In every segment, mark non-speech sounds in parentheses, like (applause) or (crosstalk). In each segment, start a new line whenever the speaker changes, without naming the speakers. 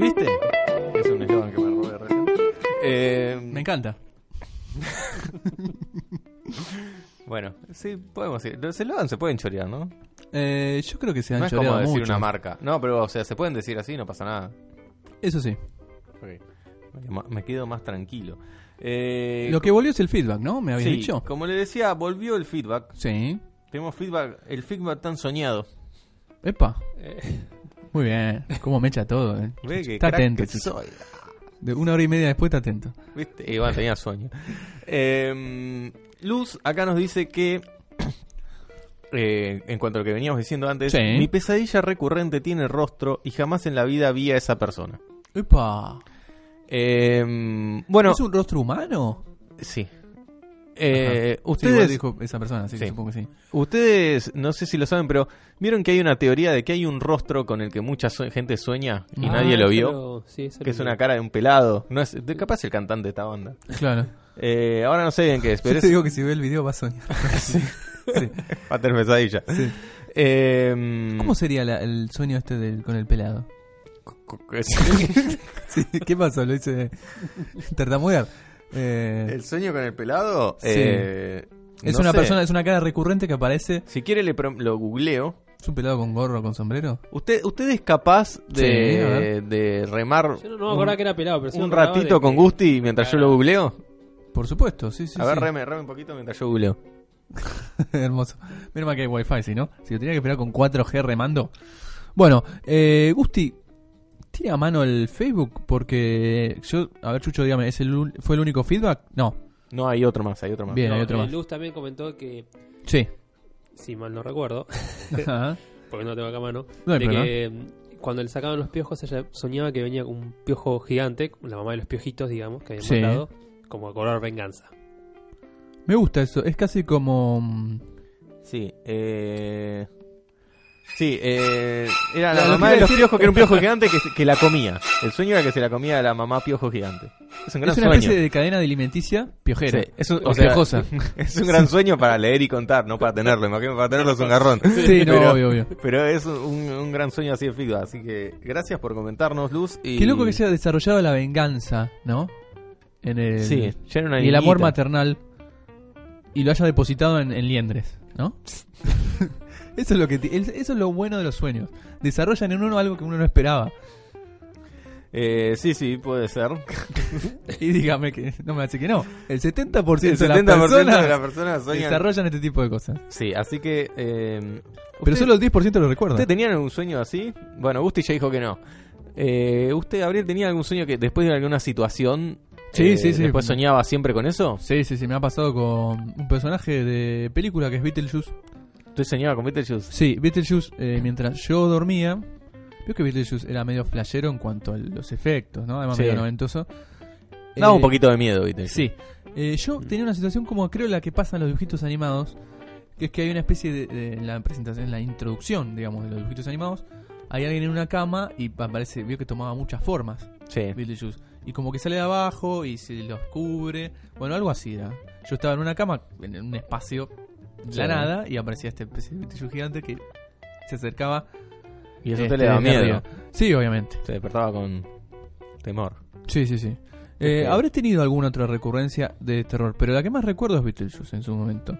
¿Viste?
Es un eslogan que me robé recién. Eh,
Me encanta.
Bueno, sí, podemos ir. Los eslogans se pueden chorear, ¿no?
Eh, yo creo que se han
No es como
choreado
decir
mucho.
una marca. No, pero, o sea, se pueden decir así, no pasa nada.
Eso sí.
Ok. Me quedo ma- Me quedo más tranquilo. Eh,
Lo que volvió es el feedback, ¿no? ¿Me habías
sí,
dicho?
Como le decía, volvió el feedback.
Sí.
Tenemos feedback, el feedback tan soñado.
Epa.
Eh,
Muy bien. Cómo me echa todo, eh.
ve que
Está
crack
atento,
que
Chucho.
soy.
De una hora y media después está atento.
¿Viste? Y bueno, tenía sueño. Eh, Luz acá nos dice que, (clears throat) eh, en cuanto a lo que veníamos diciendo antes,
Sí.
mi pesadilla recurrente tiene rostro y jamás en la vida vi a esa persona.
Epa.
Eh, bueno,
¿Es un rostro humano?
sí. Eh,
Sí, igual
ustedes,
dijo esa persona, así que
Sí.
supongo que sí.
ustedes, no sé si lo saben, pero vieron que hay una teoría de que hay un rostro con el que mucha sue- gente sueña y
Ah,
nadie lo
eso
vio,
sí, eso
que
lo
es
vi.
una cara de un pelado. No es, de- capaz el cantante de esta banda.
Claro.
Eh, ahora no sé bien qué es, (laughs) pero
(laughs) Yo
es Mm.
te digo que si ve el video va a soñar.
Va a tener pesadilla. Eh,
¿Cómo sería la- el sueño este del- con
(laughs)
el pelado? (laughs)
es?
Sí, ¿Qué pasó? Lo hice
(laughs)
tartamudear. Eh,
¿El sueño con el pelado?
Sí.
Eh,
es
no
una
sé.
persona, es una cara recurrente que aparece.
Si quiere le pro- lo googleo.
¿Es un pelado con gorro, con sombrero?
¿Usted, usted es capaz
Sí, a
de,
ver.
de remar
Yo no, no me acordaba que era pelado, pero sí
un
me acordaba
ratito
de
con
que-
Gusti mientras yo lo googleo?
Por supuesto, sí, sí.
a ver,
sí.
reme, reme un poquito mientras yo googleo.
(laughs) Hermoso. Menos mal que hay wifi, si no. Si lo tenía que esperar con 4G remando. Bueno, eh, Gusti, tira a mano el Facebook porque yo... A ver, Chucho, dígame, ¿es el, un- ¿fue el único feedback? No.
No, hay otro más, hay otro más.
Bien,
No,
hay otro
eh,
más.
Luz también comentó que,
(laughs)
Sí.
si mal no recuerdo, (laughs)
Ajá.
porque no lo tengo acá a mano,
No hay
de
problema.
que mm, cuando le sacaban los piojos, ella soñaba que venía un piojo gigante, la mamá de los piojitos, digamos, que habían
Sí.
matado, como a cobrar venganza.
Me gusta eso. Es casi como... mm,
Sí, eh... Sí, eh, era
Lo
la
que
mamá
iba a
de los
decir-
piojos, que era un piojo gigante que, se- que la comía. El sueño era que se la comía la mamá piojo gigante. Es un gran
Es una
sueño.
especie de cadena de alimenticia piojera.
(laughs) Sí, es un,
O
o sea,
piojosa.
es un gran sueño para leer y contar, no para tenerlo. Imagino para tenerlo es un garrón.
Sí, no,
Pero-
obvio, obvio.
(laughs) Pero es un, un gran sueño así de feedback. Así que gracias por comentarnos, Luz. Y...
Qué loco que se ha desarrollado la venganza, ¿no? En el,
Sí, ya era una
y el amor
niñita.
maternal y lo haya depositado en, en liendres, ¿no? (laughs) eso es lo que ti- el- eso es lo bueno de los sueños. Desarrollan en uno algo que uno no esperaba.
Eh, sí, sí, puede
(laughs)
ser.
Y (laughs) dígame que no me hace que no. El 70%,
El 70%
de las personas
de las personas sueñan.
desarrollan este tipo de cosas.
Sí, así que. eh,
Pero
¿usted-
solo el 10% lo recuerda.
¿Usted tenían algún sueño así? Bueno, Gusti ya dijo que no. Eh, ¿Usted, Gabriel, tenía algún sueño que después de alguna situación.
Sí,
eh,
sí, sí.
Después soñaba siempre con eso?
Sí, sí, sí, me ha pasado con un personaje de película que es Beetlejuice.
¿Usted soñaba con Beetlejuice?
Sí, Beetlejuice, eh, mientras yo dormía, vio que Beetlejuice era medio flashero en cuanto a los efectos, ¿no? Además,
Sí.
medio noventoso.
Daba
Eh,
un poquito de miedo, Beetlejuice.
Sí. Eh, yo
Mm.
tenía una situación como creo la que pasa en los dibujitos animados, que es que hay una especie de, de- en la presentación, en la introducción, digamos, de los dibujitos animados, hay alguien en una cama y aparece, vio que tomaba muchas formas
Sí.
Beetlejuice, y como que sale de abajo y se los cubre, bueno, algo así era. Yo estaba en una cama, en un espacio de la
Sí.
nada, y aparecía este especie de Beetlejuice gigante que se acercaba
Y eso
este,
te le daba
desde
miedo.
arriba. Sí, obviamente.
Se despertaba con temor.
Sí, sí, sí. Eh,
Ok.
Habré tenido alguna otra recurrencia de terror, pero la que más recuerdo es Beetlejuice en su momento.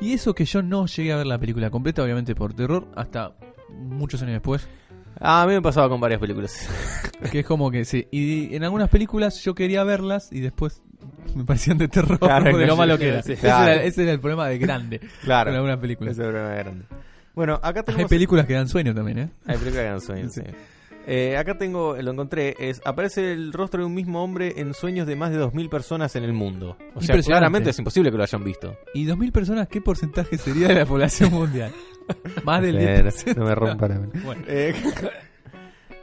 Y eso que yo no llegué a ver la película completa, obviamente por terror, hasta muchos años después.
Ah, a mí me pasaba con varias películas.
Que es como que sí. Y en algunas películas yo quería verlas y después (laughs) me parecían de terror (laughs)
Claro,
de
no,
lo
sí,
malo que era.
sí,
Ese,
claro.
era ese era el problema
(laughs)
de grande con
(laughs) Claro.
algunas películas.
Ese problema era grande. Bueno, acá
Hay
tenemos...
películas que dan sueño también, ¿eh?
Hay películas que dan sueño, sí. Eh, acá tengo, lo encontré, es aparece el rostro de un mismo hombre en sueños de más de 2.000 personas en el mundo. O sea,
Impresionante.
claramente es imposible que lo hayan visto.
¿Y 2.000 personas qué porcentaje sería de la población
(laughs)
mundial?
Ah,
Más del 10%.
no me rompa la
Bueno,
(laughs) Eh,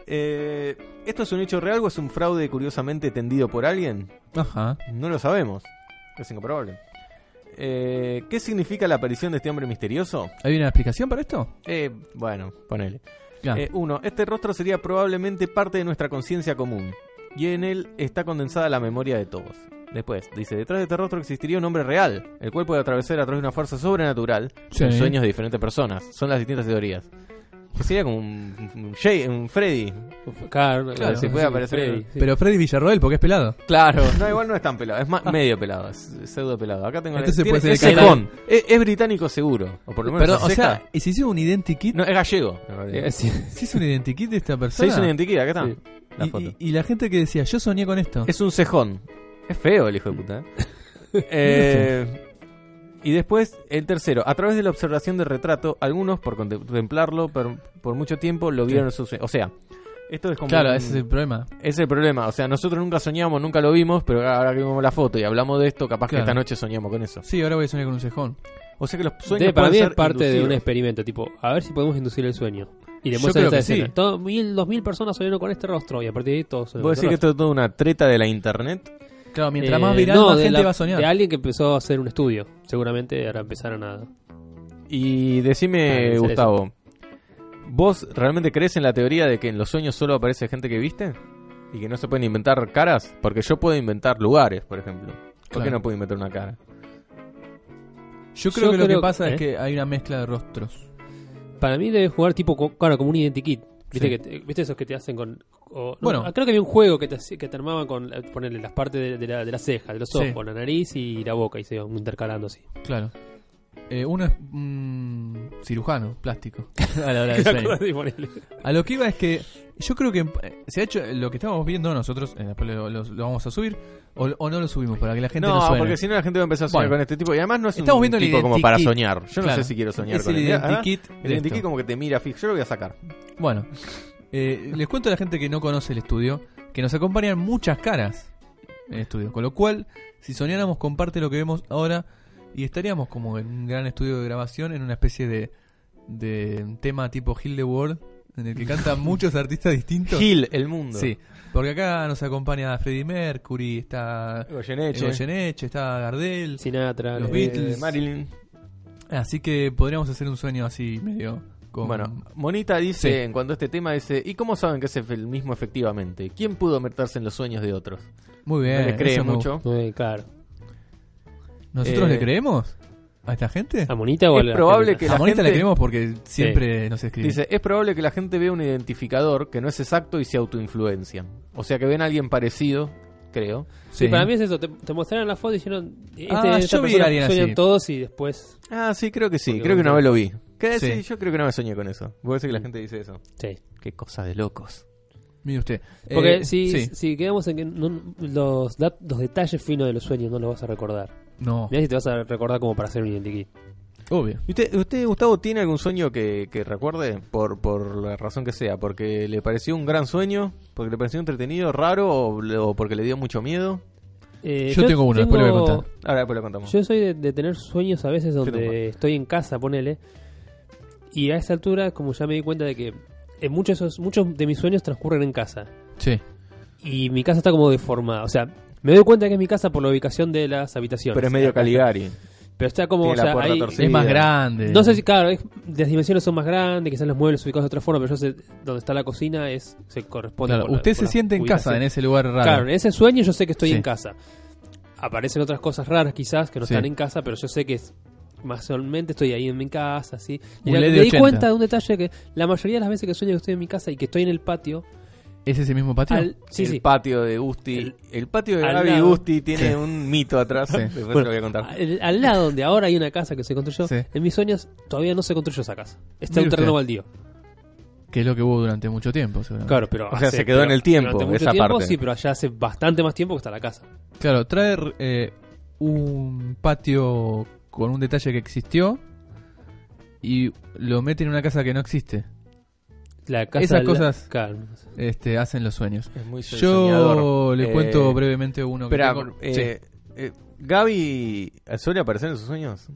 eh, ¿Esto es un hecho real o es un fraude curiosamente tendido por alguien?
Ajá.
No lo sabemos. Es incomprobable. Eh, ¿Qué significa la aparición de este hombre misterioso?
¿Hay una explicación para esto?
Eh, bueno, ponele.
Claro.
Eh, uno, este rostro sería probablemente parte de nuestra conciencia común. Y en él está condensada la memoria de todos. Después, dice, detrás de este rostro existiría un hombre real, el cual puede atravesar a través de una fuerza sobrenatural
Sí.
los sueños de diferentes personas. Son las distintas teorías. Que sería como un, un Jay- un Freddy.
Claro,
Claro,
se
sí,
puede aparecer.
Freddy,
el-
Pero Freddy Villarroel, porque es pelado.
Claro. No, igual no es tan pelado, es más medio pelado, es pseudo pelado. Acá tengo la-
Entonces
tiene-
puede
es,
ser de
sajón. es, es británico seguro, o por lo menos
Perdón, o
azteca.
sea, ¿y se hizo un identikit?
No, es gallego. en realidad.
Eh, sí.
¿Se hizo un identikit de esta
Se
persona?
hizo una identidad, acá está.
Sí.
La
Y-
foto.
Y, y la gente que decía, yo soñé con esto.
(laughs) Es un cejón. Es feo el hijo de puta. ¿eh? Eh, y después, el tercero. A través de la observación del retrato, algunos, por contemplarlo por, por mucho tiempo, lo vieron en su sueño. O sea, esto es como.
claro,
un-
ese es el problema.
es el problema. O sea, nosotros nunca soñamos, nunca lo vimos, pero ahora que vimos la foto y hablamos de esto, capaz
Claro.
que esta noche soñamos con eso.
Sí, ahora voy a soñar con un cejón.
O sea que los
De-
sueños.
para
pueden
mí es
ser
parte de un
inducidos.
experimento, tipo, a ver si podemos inducir el sueño. Y le
Yo
muestran
creo
esta
que
escena.
sí.
Todo- mil, dos mil personas soñaron con este rostro y a partir de ahí todos soñaron
¿Vos decís
con
que
este
esto es toda una treta de la internet?
Claro,
rostro.
mientras
Eh,
más viral,
no,
más
de
gente
la-
va a
De
soñar.
alguien que empezó a hacer un estudio. Seguramente ahora empezaron a.
Y
Ah,
decime,
debe ser
Gustavo, ¿vos realmente crees en la teoría de que en los sueños solo aparece gente que viste? ¿Y que no se pueden inventar caras? Porque yo puedo inventar lugares, por ejemplo. ¿Por
Claro.
qué no puedo inventar una cara?
Yo creo
Yo
que lo
creo-
que pasa
¿eh?
es que hay una mezcla de rostros.
Para mí debe jugar tipo, co- claro, como un identikit. ¿Viste,
Sí.
que te- ¿Viste esos que te hacen con. o- no,
Bueno.
ah, creo que había un juego que te, hacía- que te armaban con eh, ponerle las partes de, de la, de la ceja, de los
Sí.
ojos, la nariz y la boca y se iban intercalando así.
Claro. Eh, uno es mm, cirujano, plástico. (laughs) A la
(laughs)
hora del sueño.
Y ponerle-
A lo que iba es que yo creo que eh, se ha hecho lo que estábamos viendo nosotros, eh, después lo, lo- lo vamos a subir, o, o no lo subimos para que la gente no,
no,
suene.
porque si no la gente va a empezar a soñar
Bueno.
con este tipo. Y además no es
Estamos
un
viendo el
tipo como para
identikit.
soñar. Yo
Claro.
no sé si quiero soñar
es
con
el
él. Además,
identikit.
el
de
identikit
esto.
como que te mira fijo. Yo lo voy a sacar.
Bueno, eh, les cuento a la gente que no conoce el estudio que nos acompañan muchas caras en el estudio. Con lo cual, si soñáramos con parte de lo que vemos ahora y estaríamos como en un gran estudio de grabación, en una especie de, de tema tipo Hildeworld, en el que
(laughs)
cantan muchos artistas distintos.
Gil, el mundo.
Sí, porque acá nos acompaña Freddie Mercury, está
Goyeneche.
Goyeneche, está Gardel.
Sinatra,
Los
eh,
Beatles.
Marilyn.
Así que podríamos hacer un sueño así medio con...
Bueno, Monita dice
Sí.
en cuanto a este tema, dice, ¿y cómo saben que es el mismo efectivamente? ¿Quién pudo meterse en los sueños de otros?
muy
No
bien.
le cree
eso me
mucho.
eh, claro.
gusta. ¿Nosotros
Eh,
le creemos a esta gente?
¿La monita o a
Es
la
probable
gente?
que
a
la
Monita le
gente-
creemos porque siempre nos escribe.
Dice, es probable que la gente vea un identificador que no es exacto y se autoinfluencia. O sea que ven a alguien parecido, creo.
Sí, para mí es eso. Te, te mostraron la foto y dijeron. Este,
Ah, yo vi
esta
a
persona
alguien
sueñan
así.
todos y después.
Ah, sí, creo que sí.
Porque
creo que una
bueno.
vez lo vi. ¿Qué? Sí. Mm.
Sí.
yo creo que no me soñé con eso. Voy a decir que la gente dice eso.
Sí.
Qué cosa de locos.
Mire usted. Eh,
Porque si,
sí.
si quedamos en que no- los, dat- los detalles finos de los sueños no los vas a recordar.
No,
Mirá si te vas a recordar como para hacer un identikit.
obvio.
¿Y ¿Usted, usted, Gustavo, tiene algún sueño que, que recuerde? Por, por la razón que sea. ¿Porque le pareció un gran sueño? ¿Porque le pareció entretenido, raro? ¿O, le- o porque le dio mucho miedo?
Eh,
Yo tengo uno, después le voy a contar.
Ahora después lo contamos.
Yo soy de, de tener sueños a veces
tengo
donde estoy en casa, ponele. Y a esa altura, como ya me di cuenta de que en muchos, de esos- muchos de mis sueños transcurren en casa.
Sí.
Y mi casa está como deformada. O sea, me doy cuenta que es mi casa por la ubicación de las habitaciones.
Pero es medio Caligari.
Pero está como.
Tiene la
o sea,
puerta
ahí-
torcida. Sí,
es más
eh.
grande.
No sé si, claro, es- las dimensiones son más grandes, quizás los muebles ubicados de otra forma, pero yo sé donde está la cocina es se corresponde.
Claro,
con la-
usted
con
se
la
siente en casa,
ubicación.
en ese lugar raro.
Claro, eh, en ese sueño yo sé que estoy
Sí.
en casa. Aparecen otras cosas raras quizás que no
Sí.
están en casa, pero yo sé que es, más solamente estoy ahí en mi casa, así. Y
Un
la-
LED
me
de
di
80.
cuenta de un detalle que la mayoría de las veces que sueño que estoy en mi casa y que estoy en el patio,
¿Es ese mismo patio?
al- sí,
el
sí,
patio de Gusti. El,
El-
patio de
al
Gaby
lado. ah,
Gusti tiene
Sí.
un mito atrás.
Sí.
Después
Bueno,
te lo voy a contar.
al, al lado donde ahora hay una casa que se construyó,
Sí.
en mis sueños todavía no se construyó esa casa. Está
Mire
un terreno
usted.
baldío.
Que es lo que hubo durante mucho tiempo, seguramente.
Claro, pero.
O sea, se quedó en el tiempo,
durante mucho
esa
tiempo,
parte.
Sí, pero allá hace bastante más tiempo que está la casa.
Claro, traer eh, un patio con un detalle que existió y lo meten en una casa que no existe.
La casa
Esas
la-
cosas-
Claro.
Este, hacen los sueños.
Es muy
Yo
eh,
les cuento
breve
brevemente uno que
Espera,
tengo.
eh, eh, Gaby eh, suele aparecer en sus sueños.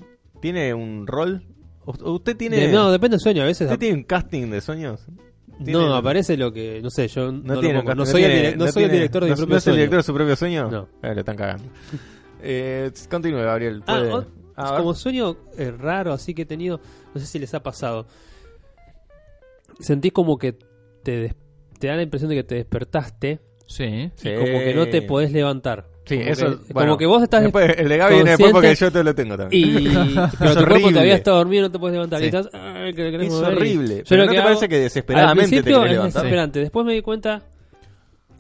¿Tiene un rol? ¿O- o ¿Usted tiene,
De- no, depende del sueño. A veces
usted tiene un casting de sueños? tiene-
No, aparece lo que. No sé, yo no,
No,
lo
tiene,
pongo.
no
no soy, el,
tiene-
direc- no
no
soy el
tiene-
director de
no-
mi propio
¿No es el
sueño.
director de su propio sueño?
No.
Eh, lo están
(laughs)
cagando. Eh, continúe, Gabriel.
Ah,
puede.
o-
A ver.
Como sueño eh, raro, así que he tenido, no sé si les ha pasado. Sentís como que te, des- te da la impresión de que te despertaste
Sí.
Sí.
y como que no te podés levantar.
Sí,
Como
eso. bueno,
que- como que vos estás
después- el de Gaby viene después porque
consciente
yo te lo tengo también.
y
(laughs)
pero tu cuerpo
horrible.
todavía está dormido, no te podés levantar.
Sí.
Y estás, "Ah, que lo querés
es
mover", y-
horrible.
Yo
Pero
lo
no
que
te
hago-
parece que
Al
desesperadamente te
principio
querés
es
levantar.
desesperante. Después me di cuenta.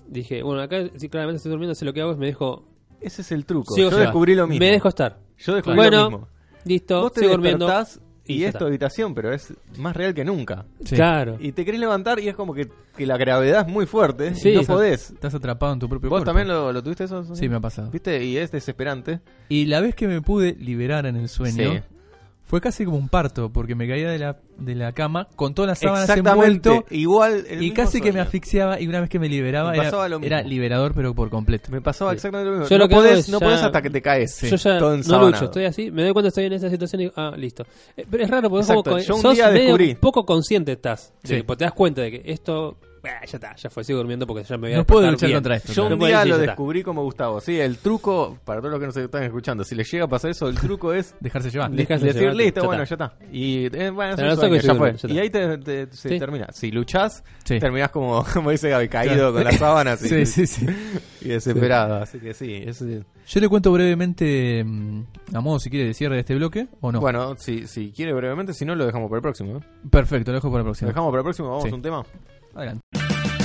Dije, bueno, acá si claramente estoy durmiendo, así lo que hago es me dejo.
Ese es el truco.
Sigo
yo
yo.
descubrí lo mismo.
Me dejo estar.
Yo descubrí
Bueno,
lo mismo.
Listo,
Vos te
sigo durmiendo.
despertás
y
y,
ya
es tu
está.
habitación, pero es más real que nunca.
Sí.
Claro.
Y te querés levantar y es como que, que la gravedad es muy fuerte.
Sí.
y no podés.
Estás atrapado en tu propio
¿Vos
cuerpo.
también lo, lo tuviste eso?
Sí, me ha pasado.
¿Viste? Y es desesperante.
Y la vez que me pude liberar en el sueño
Sí.
fue casi como un parto, porque me caía de la, de la cama con todas las sábanas
Exactamente.
envuelto
Igual. el
y
mismo
casi que me
sueño.
asfixiaba y una vez que me liberaba
Me
era,
pasaba lo mismo.
era liberador pero por completo.
Me pasaba exactamente lo mismo.
Yo
no,
lo que hago
podés,
es
no
ya-
podés hasta que te caes.
Yo ya
todo
no
ensabanado.
lucho, estoy así, me doy cuenta estoy en esa situación y digo, ah, listo. Eh, Pero es raro porque es
Exacto,
como,
yo un
sos
día
medio
descubrí.
poco consciente estás. de
Sí.
que, pues, te das cuenta de que esto, bah, ya está, ya fue, sigo durmiendo porque ya me voy a
No puedo
despertar
luchar
bien.
contra esto,
No
Yo
claro.
un
puedo
día
decir,
lo
ya está.
descubrí como Gustavo. Sí, el truco, para todos los que nos están escuchando, si les llega a pasar eso, el truco es
Dejarse llevar.
Deja- Dejarse
decir
llevar,
listo,
ya
bueno, ya
está.
está. Y eh, bueno, es
Se
un
lanzó
sueño,
que se
ya
durmió,
fue.
ya está.
Y ahí te, te- se
Sí.
termina. Si luchás,
Sí.
terminás como, (laughs) como dice Gaby, caído con las sábanas y,
Sí, sí, sí.
(laughs) y desesperado. Así que sí, es-
Yo le cuento brevemente, mm, a modo si quiere de cierre de este bloque o no.
Bueno, si, si quiere brevemente, si no, lo dejamos para el próximo. ¿eh?
Perfecto, lo dejo para la
Lo
próxima.
dejamos para el próximo, vamos
Sí.
a un tema.
Adelante.